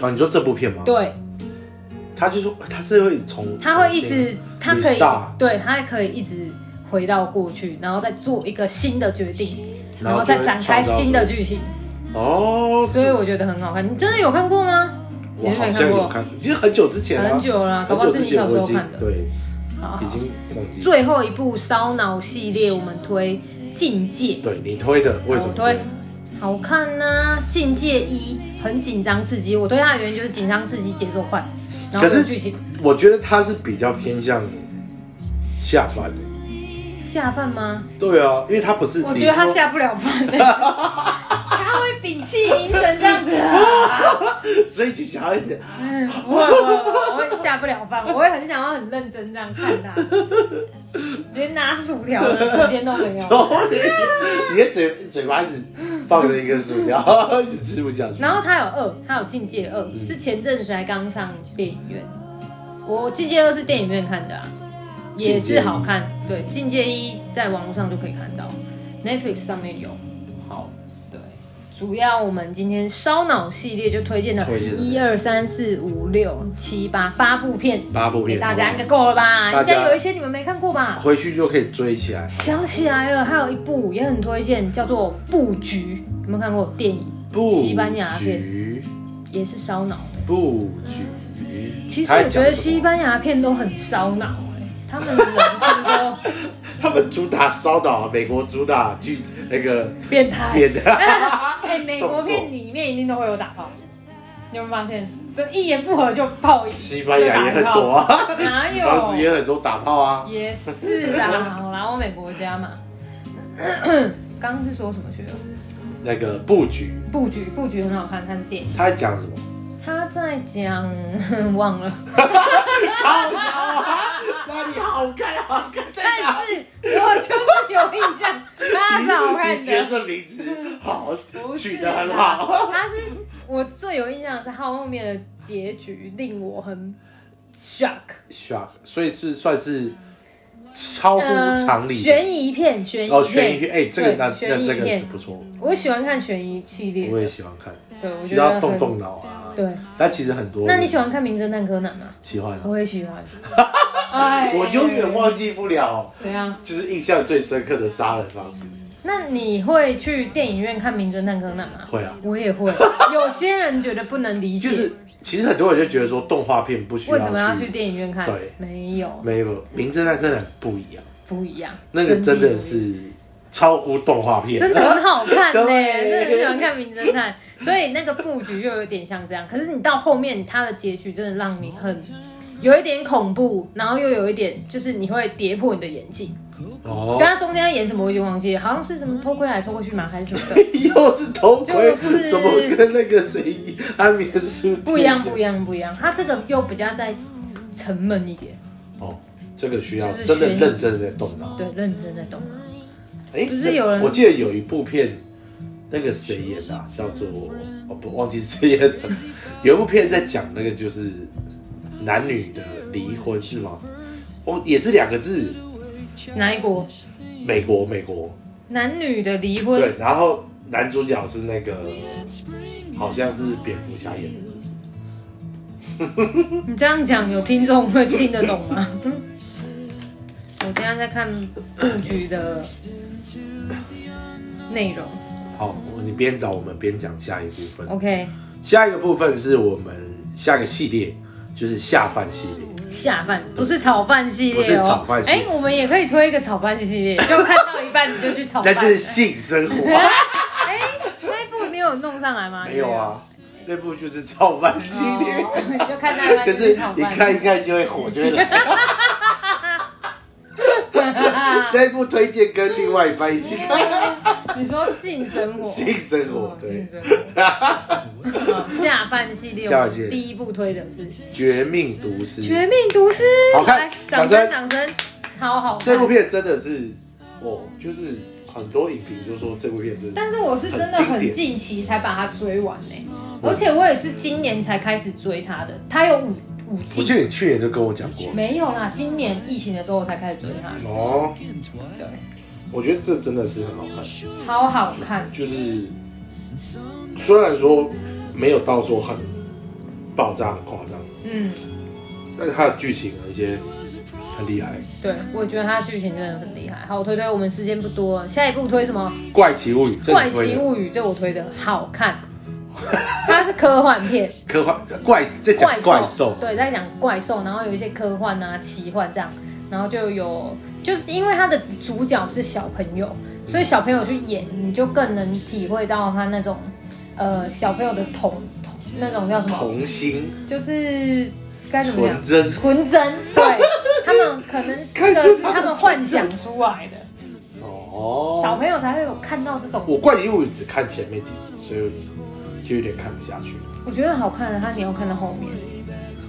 S1: 啊，你说这部片吗？，
S2: 对，
S1: 他就说他是会从，
S2: 他会一直，他可以
S1: restart，
S2: 对，他可以一直回到过去，然后再做一个新的决定，
S1: 然
S2: 然
S1: 后
S2: 后再展开新的剧情，
S1: 哦，
S2: 所以我觉得很好看。你真的有看过吗？
S1: 我
S2: 你是
S1: 好
S2: 没
S1: 像
S2: 看
S1: 有
S2: 过？
S1: 看，其实很久之前啊
S2: 很久啦，搞不好是
S1: 之
S2: 你
S1: 前
S2: 小时
S1: 我已
S2: 候
S1: 经
S2: 看的。
S1: 对，
S2: 好
S1: 已
S2: 好，
S1: 经忘记。
S2: 最后一部烧脑系列，我们推《境界》。
S1: 对你推的为什么
S2: 我？推好看呐、境界一》很紧张刺激，我对它的原因就是紧张刺激，节奏快，然后
S1: 可是
S2: 有剧情
S1: 我觉得他是比较偏向下饭的。
S2: 下饭吗？
S1: 对啊，因为他不是
S2: 我觉得他
S1: 你说
S2: 下不了 饭、他会屏气凝神这样子、啊。
S1: 所以就想要一直
S2: 嗯，我我我会下不了饭，我会很想要很认真这样看他，连拿薯条的时间都没 有。
S1: 你的嘴嘴巴一直放着一个薯条，一直吃不下去。
S2: 然后他有二，他有《境界二》，是前阵子才刚上电影院。我《境界二》是电影院看的啊，也是好看。对，《境界一》在网络上就可以看到，Netflix 上面有。好，对，主要我们今天烧脑系列就推荐了
S1: 推荐了
S2: 一二三四五六七八八部片，
S1: 八部
S2: 给
S1: 片，
S2: 大家应该够了吧？
S1: 大
S2: 应
S1: 家
S2: 该有一些你们没看过吧？
S1: 回去就可以追起来。
S2: 想起来了，还有一部也很推荐，叫做《布局》，有没有看过电影？
S1: 布
S2: 西班牙片
S1: 局
S2: 也是烧脑的。
S1: 布局。
S2: 其实
S1: 他在
S2: 我觉
S1: 讲
S2: 得
S1: 什么
S2: 西班牙片都很烧脑哎，他们的人是都
S1: 他们主打烧脑，美国主打剧那个啊
S2: 变态。
S1: 扁的。
S2: 哎，美国片里面一定都会有打炮，你有没有发现？这一言不合就炮一，
S1: 西班牙也很多啊，
S2: 哪
S1: 西班牙也
S2: 有？
S1: 很多打炮啊。
S2: 也是啦，好啦，我美国家嘛。 刚刚是说什么去了？
S1: 那个布局，
S2: 布局布局很好看，它是电影。
S1: 他在讲什么？
S2: 他在讲 忘了，
S1: 好看啊，那你好看啊好看在
S2: 但
S1: 哪？
S2: 是我就是有印象，他是好看
S1: 你觉得
S2: 的。
S1: 这名字好
S2: 不是啊
S1: 取得很好，
S2: 啦他是我最有印象的是他后面的结局令我很 shock。
S1: shock，所以是算是超乎常理的
S2: 呃悬疑片，悬疑片，
S1: 哦，悬疑片，哎，这个
S2: 对
S1: 那
S2: 悬
S1: 那
S2: 疑
S1: 这个
S2: 片
S1: 是，不错，
S2: 我喜欢看悬疑系列
S1: 我也
S2: 的，
S1: 喜欢看，
S2: 对，我
S1: 需
S2: 觉得
S1: 要
S2: 很
S1: 动动脑啊。
S2: 对，
S1: 但其实很多，
S2: 那你喜欢看《名侦探柯南》吗？
S1: 喜欢啊？
S2: 我也喜 欢。哎
S1: 我永远忘记不了，
S2: 怎样？
S1: 就是印象最深刻的杀人方式。
S2: 那你会去电影院看《名侦探柯南》吗？
S1: 会啊，
S2: 我也会。有些人觉得不能理解，
S1: 就是其实很多人就觉得说动画片不需要
S2: 为什么要去电影院看？
S1: 对
S2: 没有，
S1: 没有，名侦探柯南不一样，
S2: 不一样。
S1: 那个真的
S2: 不一样。
S1: 是超乎动画片，
S2: 真的很好看呢、
S1: 对
S2: 真的很喜欢看《名侦探》，所以那个布局就有点像这样。可是你到后面，它的结局真的让你很有一点恐怖，然后又有一点就是你会跌破你的眼镜。
S1: 哦
S2: 就，它中间要演什么我已经忘记了，好像是什么偷窥来偷窥去嘛，还是什么的。
S1: 又是头盔，
S2: 就是
S1: 怎么跟那个谁安眠书
S2: 不一样，不一样，不一样。它这个又比较在沉闷一点，
S1: 哦，这个需要
S2: 就是
S1: 真的
S2: 悬疑
S1: 认真的动脑。
S2: 对，认真的懂吗？
S1: 哎，
S2: 不是
S1: 这
S2: 有人
S1: 我记得有一部片，那个谁演的啊，叫做我不忘记谁演的， 有一部片在讲那个就是男女的离婚是吗？哦，也是两个字，
S2: 哪一国
S1: 美国，美国。
S2: 男女的离婚？
S1: 对，然后男主角是那个，好像是蝙蝠侠演的，是不是？
S2: 你这样讲，有听众会听得懂 吗？我今天在看布局的内容
S1: 好，你边找我们边讲下一部分。
S2: ，OK，
S1: 下一个部分是我们下一个系列，就是下饭系列。
S2: 下饭不是炒饭系列哦，
S1: 不是炒饭系列
S2: 哎，我们也可以推一个炒饭系列，就看到一半你就去炒
S1: 那
S2: 饭。
S1: 就是性生活，
S2: 哎，那一部你有弄上来吗？
S1: 没有啊， 那部就是炒饭系列。
S2: 哦你就看到一半
S1: 可
S2: 就是去炒饭。
S1: 你看一看就会火，就会 来。那部推荐跟另外一半一起看
S2: 你说性生活，
S1: 性生活
S2: 哦，
S1: 对
S2: 性，生活。好下饭系 列，
S1: 下
S2: 我
S1: 饭系列
S2: 们第一部推的是《
S1: 《绝命毒师》。
S2: 绝命毒师》，
S1: 嗯好看
S2: 来
S1: 掌
S2: 掌
S1: 声
S2: 声掌声，超好看。
S1: 这部，片真的是，哦，就是很多影评就说这部片真的
S2: 但是我是真的
S1: 很经
S2: 很
S1: 典嗯
S2: 近期才把它追完呢、而且我也是今年才开始追它的，它有五五
S1: 我记
S2: 季。
S1: 得你去年就跟我讲过
S2: 没有啦，今年疫情的时候我才开始追它，
S1: 哦，
S2: 对，
S1: 我觉得这真的是很好看，
S2: 超好看，
S1: 就是虽然说没有到说很爆炸、很夸张，
S2: 嗯，
S1: 但是它的剧情有一些很厉害，《
S2: 对，我觉得它剧情真的很厉害。好，我推推，我们时间不多了，下一部推什么？
S1: 怪奇物语》
S2: 《
S1: 这
S2: 怪
S1: 你推
S2: 奇
S1: 的，
S2: 物语》这我推的好看，它是科幻片，
S1: 科幻怪在讲怪兽，
S2: 对，在讲怪兽，然后有一些科幻啊、奇幻这样，然后就有就是因为它的主角是小朋友，所以小朋友去演，你就更能体会到他那种呃小朋友的童童那种叫什么，
S1: 童心
S2: 就是该怎么
S1: 纯
S2: 讲，
S1: 真，
S2: 纯真，对他们可能这个是他们幻想出来的，小
S1: 哦，
S2: 朋友才会有看到这种
S1: 我怪奇物语只看前面几集，所以就有点看不下去。
S2: 我觉得好看的，他你要看到后面。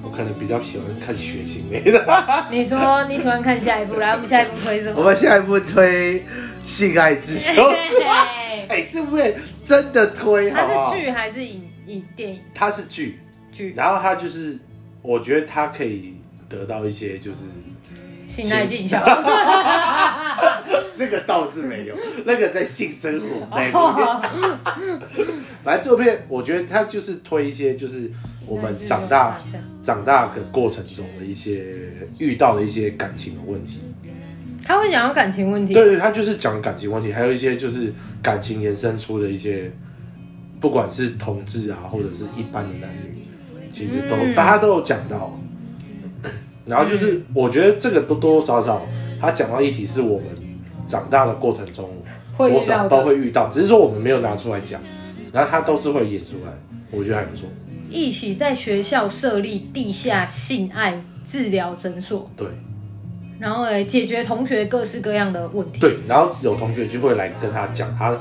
S1: 我可能比较喜欢看血腥类的。
S2: 你说你喜欢看下一部，来，我们下一部推什
S1: 我
S2: 么？
S1: 们下一步推《性爱之 修》。
S2: 嘿
S1: 哎，这部也真的推，好不
S2: 它
S1: 好
S2: 是？剧还是影影电影
S1: 它是剧，
S2: 剧？
S1: 然后它就是，我觉得它可以得到一些，就是
S2: 性爱技巧。
S1: 这个倒是没有，那个在性生活那部片。反正这部片，我觉得它就是推一些，就是我们长大长大的过程中的一些遇到的一些感情的问题。
S2: 他会讲到感情问题，
S1: 对对，他就是讲感情问题，还有一些就是感情延伸出的一些不管是同志啊，或者是一般的男女，其实都、
S2: 嗯
S1: 大家都有讲到。然后就是，我觉得这个多多少少，他讲到议题是我们长大的过程中，
S2: 会遇
S1: 多少
S2: 到
S1: 都
S2: 的
S1: 会遇到，只是说我们没有拿出来讲，然后他都是会演出来，我觉得还不错。
S2: 一起在学校设立地下性爱治疗诊所，
S1: 对
S2: 然后来解决同学各式各样的问题。
S1: 对，然后有同学就会来跟他讲他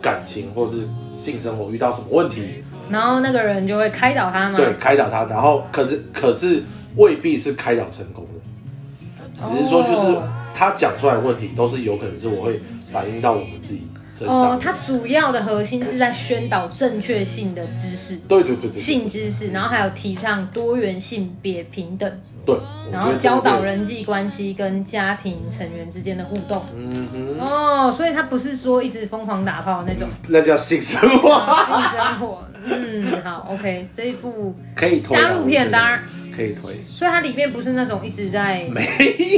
S1: 感情或是性生活遇到什么问题，
S2: 然后那个人就会开导他嘛。
S1: 对，开导他，然后可是可是未必是开导成功的，只是说就是
S2: 哦
S1: 他讲出来的问题都是有可能是我会反映到我们自己身上。
S2: 哦，它主要的核心是在宣导正确性的知识、
S1: 对对对对对
S2: 性知识，然后还有提倡多元性别平等，
S1: 对，我觉
S2: 然后
S1: 得这
S2: 教
S1: 个
S2: 导人际关系跟家庭成员之间的互动。
S1: 嗯哼，
S2: 哦，所以他不是说一直疯狂打炮那种
S1: 那叫性生活，
S2: 性生活。嗯，好，OK，这一部，
S1: 可以推啊
S2: 加入片当然
S1: 我觉得可以推，
S2: 所以它里面不是那种一直在，
S1: 没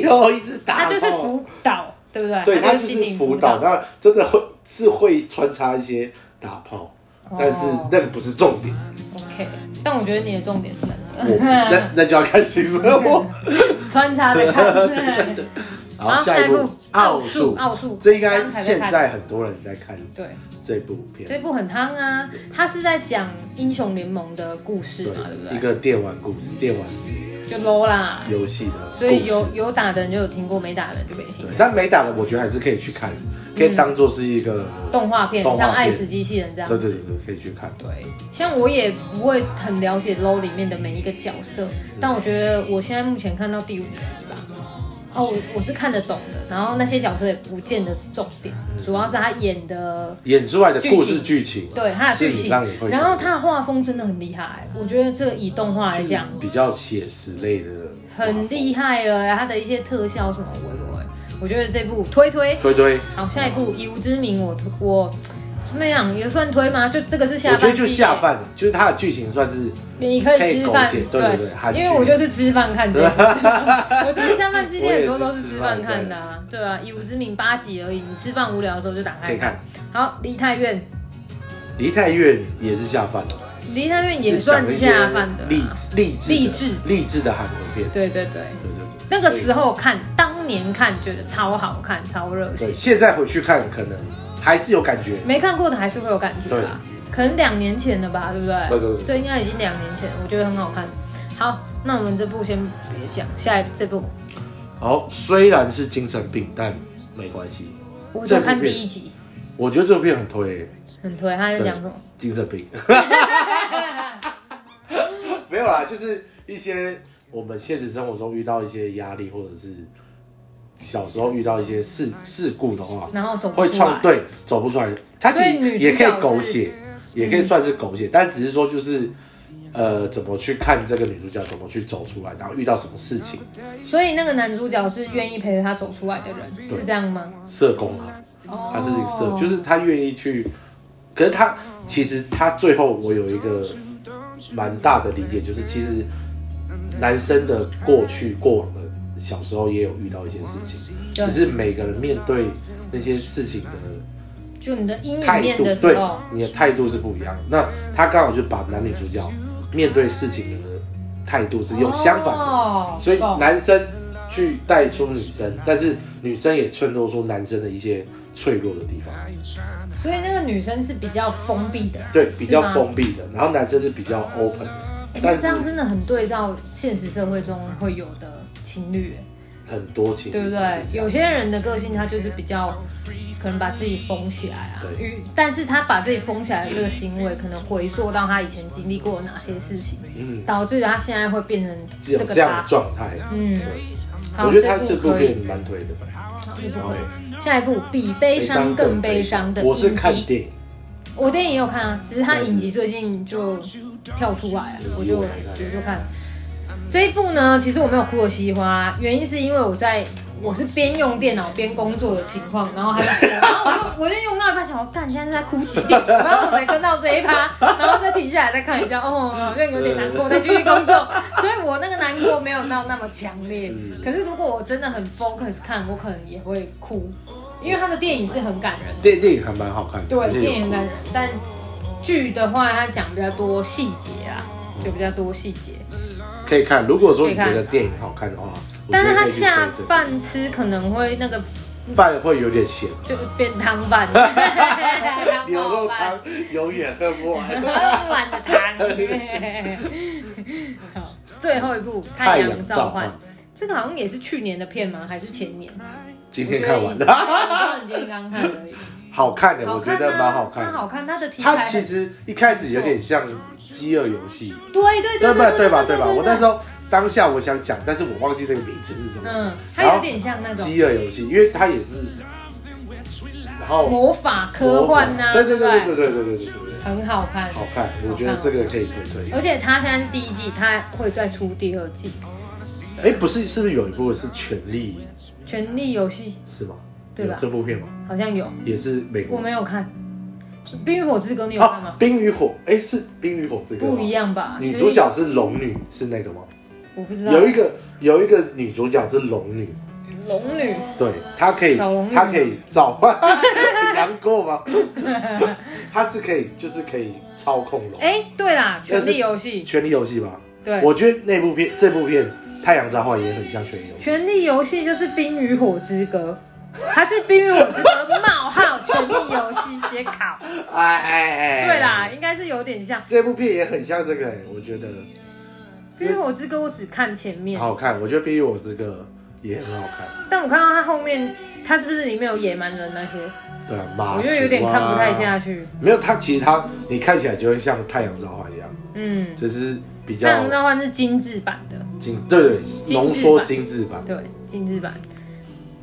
S1: 有一直打
S2: 它
S1: 炮，
S2: 就是辅导，对不对？
S1: 对
S2: 它
S1: 他
S2: 就
S1: 就
S2: 心
S1: 是
S2: 灵
S1: 辅导，。那真的会是会穿插一些打炮，但是
S2: 哦
S1: 那个不是重 点，
S2: OK，但我觉得你的重点是那
S1: 我
S2: 个
S1: 那那就要看性 生活。
S2: 穿插的看。
S1: 对对对好，
S2: 好
S1: 下一
S2: 下一
S1: 部
S2: 部
S1: 奥
S2: 奥数
S1: 数，
S2: 奥数
S1: 这应该
S2: 刚才在
S1: 现
S2: 看
S1: 在很多人在看
S2: 对，
S1: 这部
S2: 这
S1: 片，
S2: 部很夯啊，它是在讲英雄联盟的故事嘛，对不
S1: 一
S2: 对？
S1: 个电玩故事、电玩
S2: 就 low 啦，
S1: 游戏的故事，
S2: 所以有有打的人就有听过，没打的人就没听
S1: 对。，但没打的我觉得还是可以去看，可以当做是一个，
S2: 动画片
S1: 动画片
S2: 像《爱死机器人》这样
S1: 对
S2: 子。
S1: 对对对，可以去看。
S2: 对，像我也不会很了解 LO 里面的每一个角色，但我觉得我现在目前看到第五集吧，哦，我我是看得懂的，然后那些角色也不见得是重点，
S1: 嗯
S2: 主要是他演的，
S1: 演出来的故事剧情，
S2: 对他的
S1: 是
S2: 剧
S1: 你
S2: 情
S1: 让你会，
S2: 然后他的画风真的很厉害，我觉得啊这个以动画来讲
S1: 比较写实类的，
S2: 很厉，害了，他的一些特效什么我我我觉得这部推推。
S1: 推推。
S2: 好，下一部《以无之名》我，我怎么样也算推吗？就这个是
S1: 我
S2: 下半
S1: 觉
S2: 季耶，
S1: 得就下饭，就是它的剧情算是
S2: 你可以吃饭
S1: 可以狗血，对对对韩剧
S2: 因为我就是吃饭看的。 我真的下饭期间很多都是吃饭看的啊，对啊，以无之名八集而已，你吃饭无聊的时候就打
S1: 可
S2: 开
S1: 以。看。
S2: 好，梨泰院，
S1: 梨泰院也是下饭的，
S2: 梨泰院也算下饭的
S1: 励
S2: 啦。
S1: 励志
S2: 励志
S1: 励志的韩国片。
S2: 对对对，
S1: 对对对，
S2: 那个时
S1: 候
S2: 候看，当年看觉得超好看，超热血
S1: 对，。现在回去看可能还是有感觉。
S2: 没看过的还是会有感觉吧，可能两年前的吧，对不对？
S1: 对对对
S2: 这应该已经两年前了，我觉得很好看。好，那我们这部先别讲，下一这部
S1: 好，虽然是精神病，但没关系。
S2: 我
S1: 这
S2: 只
S1: 部
S2: 看第
S1: 片
S2: 一集，
S1: 我觉得这部片很推，欸
S2: 很推。他在讲什么？
S1: 精神 病。没有啦，就是一些我们现实生活中遇到一些压力，或者是小时候遇到一些事
S2: 嗯
S1: 事故的话，
S2: 然后走不
S1: 会
S2: 出
S1: 创
S2: 来。
S1: 对走不出来，它其
S2: 所以女
S1: 实
S2: 主
S1: 也可
S2: 角
S1: 以狗
S2: 是嗯
S1: 血，也可以算是狗血，但只是说就是呃怎么去看这个女主角怎么去走出来，然后遇到什么事情，
S2: 所以那个男主角是愿意陪着她走出来的人，是这样吗？
S1: 社工啊，
S2: 哦
S1: 他是一个社，就是他愿意去，可是他其实他最后我有一个蛮大的理解，就是其实男生的过去过往的小时候也有遇到一些事情，
S2: 对
S1: 只是每个人面对那些事情的。
S2: 就你的阴影
S1: 态
S2: 面
S1: 度，
S2: 的
S1: 对
S2: 时候，
S1: 你的态度是不一样的。那他刚好就把男女主角面对事情的态度是用相反的，
S2: 哦
S1: 所以
S2: 懂
S1: 男生去带出女生，但是女生也衬托出男生的一些脆弱的地方，
S2: 所以那个女生是比较封闭的，
S1: 对，比较
S2: 是吗嗯
S1: 封闭的，然后男生是比较 open 的，
S2: 哎
S1: 但
S2: 这
S1: 是
S2: 样真的很对照现实社会中会有的情侣，
S1: 很多情侣
S2: 对不
S1: 都是
S2: 对？
S1: 这样
S2: 有些人的个性他就是比较可能把自己封起来啊，
S1: 对
S2: 与但是他把自己封起来的这个行为，可能回溯到他以前经历过哪些事情，
S1: 嗯，
S2: 导致他现在会变成
S1: 只有
S2: 这个
S1: 这样
S2: 他
S1: 的。状态。啊
S2: 嗯，好
S1: 我觉得他这
S2: 这部
S1: 部
S2: 可以
S1: 片，哎蛮推的，
S2: 好这部可以
S1: OK
S2: 下一部比悲伤更悲伤的
S1: 我是看
S2: 影集，
S1: 电影，
S2: 我电影也有看啊，只是他影集最近就跳出来了，我就我就看这一部呢。其实我没有哭的稀里哗啦，原因是因为我在我是边用电脑边工作的情况，然后还在哭，然后我就我就用到一半想，我干，现在是在哭几点？然后我才跟到这一趴，然后再停下来再看一下，哦，好像有点难过，再继续工作。所以我那个难过没有到那么强烈，可是如果我真的很 focus 看，我可能也会哭，因为他的电影是很感人的。
S1: 电电影还蛮好看的，而
S2: 对，
S1: 且有
S2: 电影很感人，但剧的话，它讲比较多细节啊，就比较多细节。
S1: 可以看。如果说你
S2: 可以看
S1: 觉得电影好看的话，我觉
S2: 但是
S1: 得
S2: 它
S1: 可以去追
S2: 下
S1: 这个
S2: 饭吃可能会那个
S1: 饭会有点咸，
S2: 就变汤饭，
S1: 牛
S2: 牛
S1: 肉汤永远喝不完。
S2: 喝完的汤。好，最后一部《太
S1: 太阳
S2: 阳
S1: 召
S2: 召唤
S1: 唤》，
S2: 这个好像也是去年的片吗？还是前年？
S1: 今天看完了，
S2: 了，你今天刚看而已。
S1: 好看的，
S2: 好
S1: 我
S2: 看
S1: 觉
S2: 啊
S1: 得蛮好看
S2: 它
S1: 的。
S2: 好看，它的题材
S1: 它
S2: 很
S1: 其实一开始有点像《饥饿游戏》，
S2: 对对
S1: 对
S2: 对
S1: 不 对？对吧？对吧？
S2: 对
S1: 我那时候当下我想讲，但是我忘记那个名词是什么。
S2: 嗯，它有点像那种
S1: 饥饿游戏，因为它也是，然后
S2: 魔法科幻呐、
S1: 对对对对对对
S2: 不
S1: 对对对对，
S2: 很好看。
S1: 好看，我觉得这个可以推推。
S2: 而且它现在是第一季，它会再出第二季
S1: 哎，不是，是不是有一部是《权力
S2: 《权力游戏》，
S1: 是吗？
S2: 对吧
S1: 有这部片吗？
S2: 好像有，
S1: 也是美
S2: 我
S1: 国。
S2: 没有看。是《冰与火之歌》，你有看
S1: 哦
S2: 吗，？
S1: 冰与火，哎，是冰与火之歌吗
S2: 不一。样吧？
S1: 女主角是龙女，是那个吗？
S2: 我不知道。
S1: 有一个有一个女主角是龙女，
S2: 龙女，
S1: 对，她可以
S2: 小龙女
S1: 她可以召唤 杨过吗？她是可以就是可以操控龙。
S2: 哎、对啦，《
S1: 但
S2: 权
S1: 是
S2: 力游戏》
S1: 权力游戏吧，
S2: 对，
S1: 我
S2: 《
S1: 觉得那部片这部片《太阳召唤》也很像权力游戏。
S2: 权力游戏》就是《冰与火之歌》，它是《冰与火之歌》冒号《权力游戏》写考。
S1: 哎 哎哎，
S2: 对啦，，应该是有点像《
S1: 这部片也很像这个、哎我觉得
S2: 冰与火之歌》，我只看前面，
S1: 好看。我觉得《冰与火之歌》也很好看。
S2: 但我看到它后面，它是不是里面有野蛮人那些？
S1: 对啊，马、啊，
S2: 我觉得有点看不太下。去。
S1: 没有，它其实它你看起来就会像《太阳召唤》一样，
S2: 嗯，
S1: 只是啊比
S2: 太阳
S1: 较
S2: 召唤是精致版的，
S1: 精，对对，浓缩精致版。
S2: 对，精致版。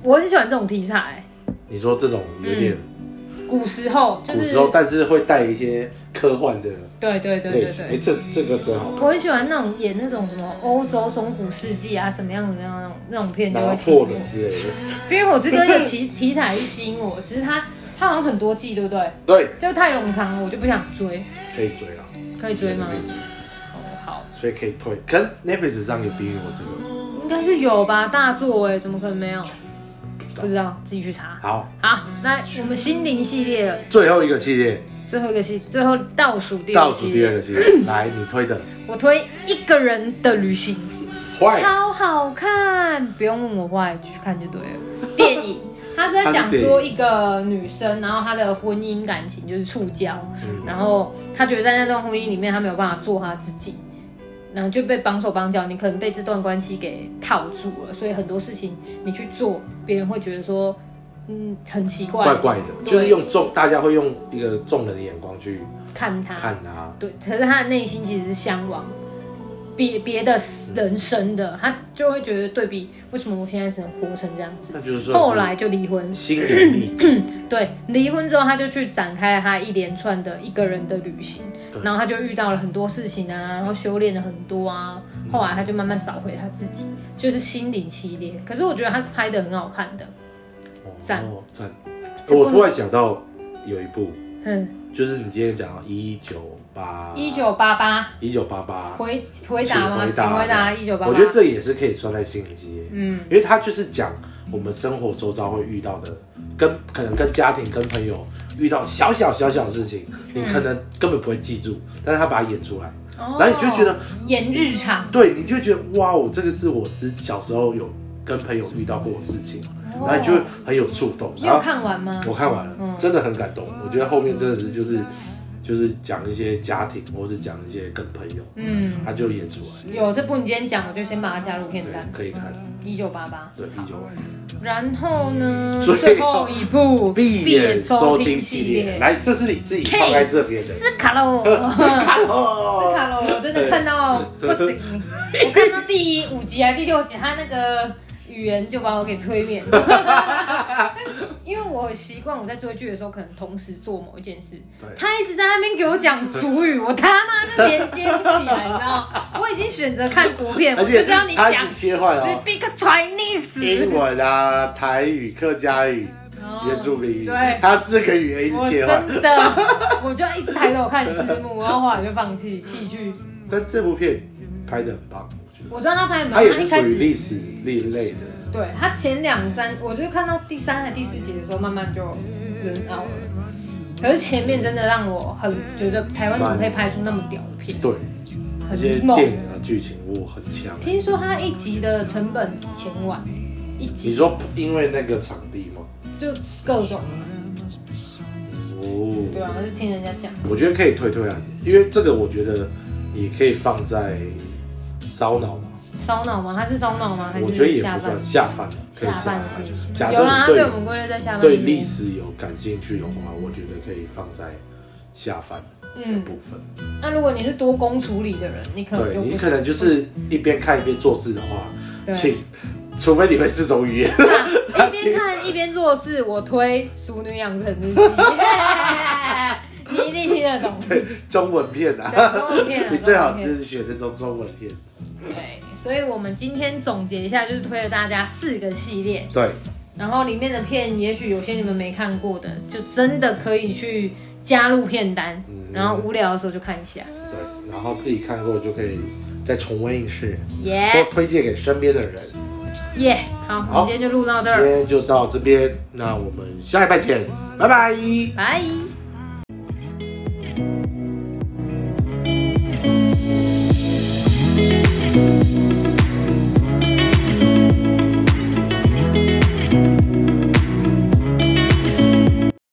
S2: 我很喜欢这种题材、
S1: 你说这种有
S2: 嗯
S1: 点
S2: 古时候就
S1: 古
S2: 是
S1: 时候，但是会带一些科幻的
S2: 对对对
S1: 类
S2: 对
S1: 型。哎，
S2: 对。
S1: 这这个真好看。
S2: 我很喜欢那种演那种什么欧洲中古世纪啊，怎么样怎么样那种那种片就
S1: 拿
S2: 会吸引
S1: 破
S2: 我
S1: 仑。之类的，
S2: 因为我这个的题 题材是吸引我，只是它它好像很多季，对不对？
S1: 对，
S2: 就太冗长了，我就不想追。
S1: 可以追啊，
S2: 可以追吗？
S1: 可以追
S2: 哦，好，
S1: 所以可以推。可能 Netflix 上有《冰与火之歌》，
S2: 应该是有吧，大作哎、怎么可能没有？
S1: 道
S2: 不知道，自己去查。
S1: 好，
S2: 好，那我们心灵系列了，
S1: 最后一个系列，
S2: 最后一个系，最后倒数第二
S1: 倒
S2: 个
S1: 数
S2: 系
S1: 第二
S2: 列，
S1: 个系列，来你推的
S2: 我推一个人的旅行，
S1: 坏
S2: 超好看，不用问我坏，去看就对了。电影，它是在
S1: 它是
S2: 讲
S1: 电影
S2: 说一个女生，然后她的婚姻感情就是触礁，
S1: 嗯
S2: 然后她觉得在那段婚姻里面，她没有办法做她自己，然后就被绑手绑脚，你可能被这段关系给套住了，所以很多事情你去做，别人会觉得说，嗯，很奇怪，
S1: 怪怪的，
S2: 对
S1: 就是用众大家会用一个众人的眼光去
S2: 看她，
S1: 看它。
S2: 对，可是他的内心其实是向往别别的人生的，他就会觉得对比为什么我现在只能活成这样子。
S1: 那就是说，
S2: 后来就离婚，
S1: 心灵励志，
S2: 对，离婚之后他就去展开他一连串的一个人的旅行
S1: 对，
S2: 然后他就遇到了很多事情啊，然后修炼了很多啊，
S1: 嗯
S2: 后来他就慢慢找回他自己，就是心灵系列。可是我觉得他是拍的很好看的，
S1: 哦
S2: 赞
S1: 赞。
S2: 这部
S1: 我突然想到有一部，
S2: 嗯，
S1: 就是你今天讲到一九八
S2: 一九八八
S1: 一九八八，
S2: 回回答吗？请回答啊一九八八。
S1: 啊我觉得这也是可以算在心理系列，
S2: 嗯
S1: 因为它就是讲我们生活周遭会遇到的，跟可能跟家庭、跟朋友遇到小小小小的事情，你可能根本不会记住，但是他把它演出来，
S2: 哦，
S1: 然后你就觉得
S2: 演日常。
S1: 对，你就觉得哇，我这个是我之小时候有跟朋友遇到过的事情，然后你就会很有触动。
S2: 哦你
S1: 然
S2: 有
S1: 后
S2: 看完嗯吗？
S1: 我看完了，真的很感动。我觉得后面真的是就是就是讲一些家庭，或是讲一些跟朋友，
S2: 嗯，
S1: 他就演出来，
S2: 有这部你今天讲，我就先把它加入片
S1: 对
S2: 单，，
S1: 可以看。
S2: 一九八八。
S1: 对，一九
S2: 然后呢，
S1: 嗯最后
S2: 最后一部
S1: 闭眼收听系列，来，这是你自己放在这边的。哦
S2: 斯卡罗， 斯卡罗，我真的看到不行，我看到第一五集还是第六集，他那个语言就把我给催眠 了。因为我习惯我在追剧的时候，可能同时做某一件事
S1: 对。
S2: 他一直在那边给我讲主语，我他妈就连接不起来，你知道？我已经选择看国片，我
S1: 而
S2: 就
S1: 且
S2: 是要你
S1: 它
S2: 讲
S1: 一直切换哦，
S2: Speak Chinese，
S1: 英文啊、台语、客家语、
S2: 哦
S1: 原住民语，
S2: 对
S1: 它四个语言一
S2: 我
S1: 直切换。
S2: 真的，我就一直抬头看字幕，然后后来就放弃戏剧。
S1: 但这部片拍的很棒，我觉得
S2: 我知道他拍什么，
S1: 它
S2: 他
S1: 也是
S2: 一开
S1: 属于
S2: 始
S1: 历史历类的。
S2: 对他前两三，我就看到第三还第四集的时候，慢慢就人熬了。可是前面真的让我很觉得台湾怎么可以拍出那么屌的片，
S1: 对，那些
S2: 很猛。
S1: 电影的啊剧情我很强。
S2: 听说它一集的成本几千万，一
S1: 你
S2: 集
S1: 说因为那个场地吗？
S2: 就各种，对
S1: 哦，
S2: 啊，我是听人家讲，
S1: 我觉得可以推推啊，因为这个我觉得也可以放在烧脑嘛，
S2: 烧脑吗？它是烧脑吗？还
S1: 我觉得
S2: 是
S1: 也
S2: 下
S1: 不
S2: 半
S1: 算下饭啊，可以
S2: 下半
S1: 饭
S2: 季？
S1: 假
S2: 有
S1: 设
S2: 啦，
S1: 你
S2: 它对
S1: 对
S2: 我们归类在下半
S1: 对
S2: 季
S1: 历，史有感兴趣的话，我觉得可以放在下饭的
S2: 嗯，
S1: 部分。
S2: 那如果你是多工处理的人，你可能
S1: 对
S2: 就
S1: 你
S2: 不
S1: 可能就是一边看一边做事的话，
S2: 对
S1: 请，除非你会四种语言。
S2: 那一边看一边做事，我推《熟女养成日记》 你一定听得懂。
S1: 对，中文片
S2: 对
S1: 啊，
S2: 中文片 啊
S1: 你最好
S2: 中文
S1: 就
S2: 片
S1: 是选那种中文片。
S2: 对，所以我们今天总结一下，就是推了大家四个系列，
S1: 对，
S2: 然后里面的片，也许有些你们没看过的，就真的可以去加入片单，
S1: 嗯
S2: 然后无聊的时候就看一下。
S1: 对，然后自己看过就可以再重温一次，多
S2: 耶
S1: 推荐给身边的人。
S2: 耶，好，我
S1: 好
S2: 们今天就录到
S1: 今
S2: 这儿，
S1: 天就到这边，那我们下一拜见，拜拜。
S2: 拜。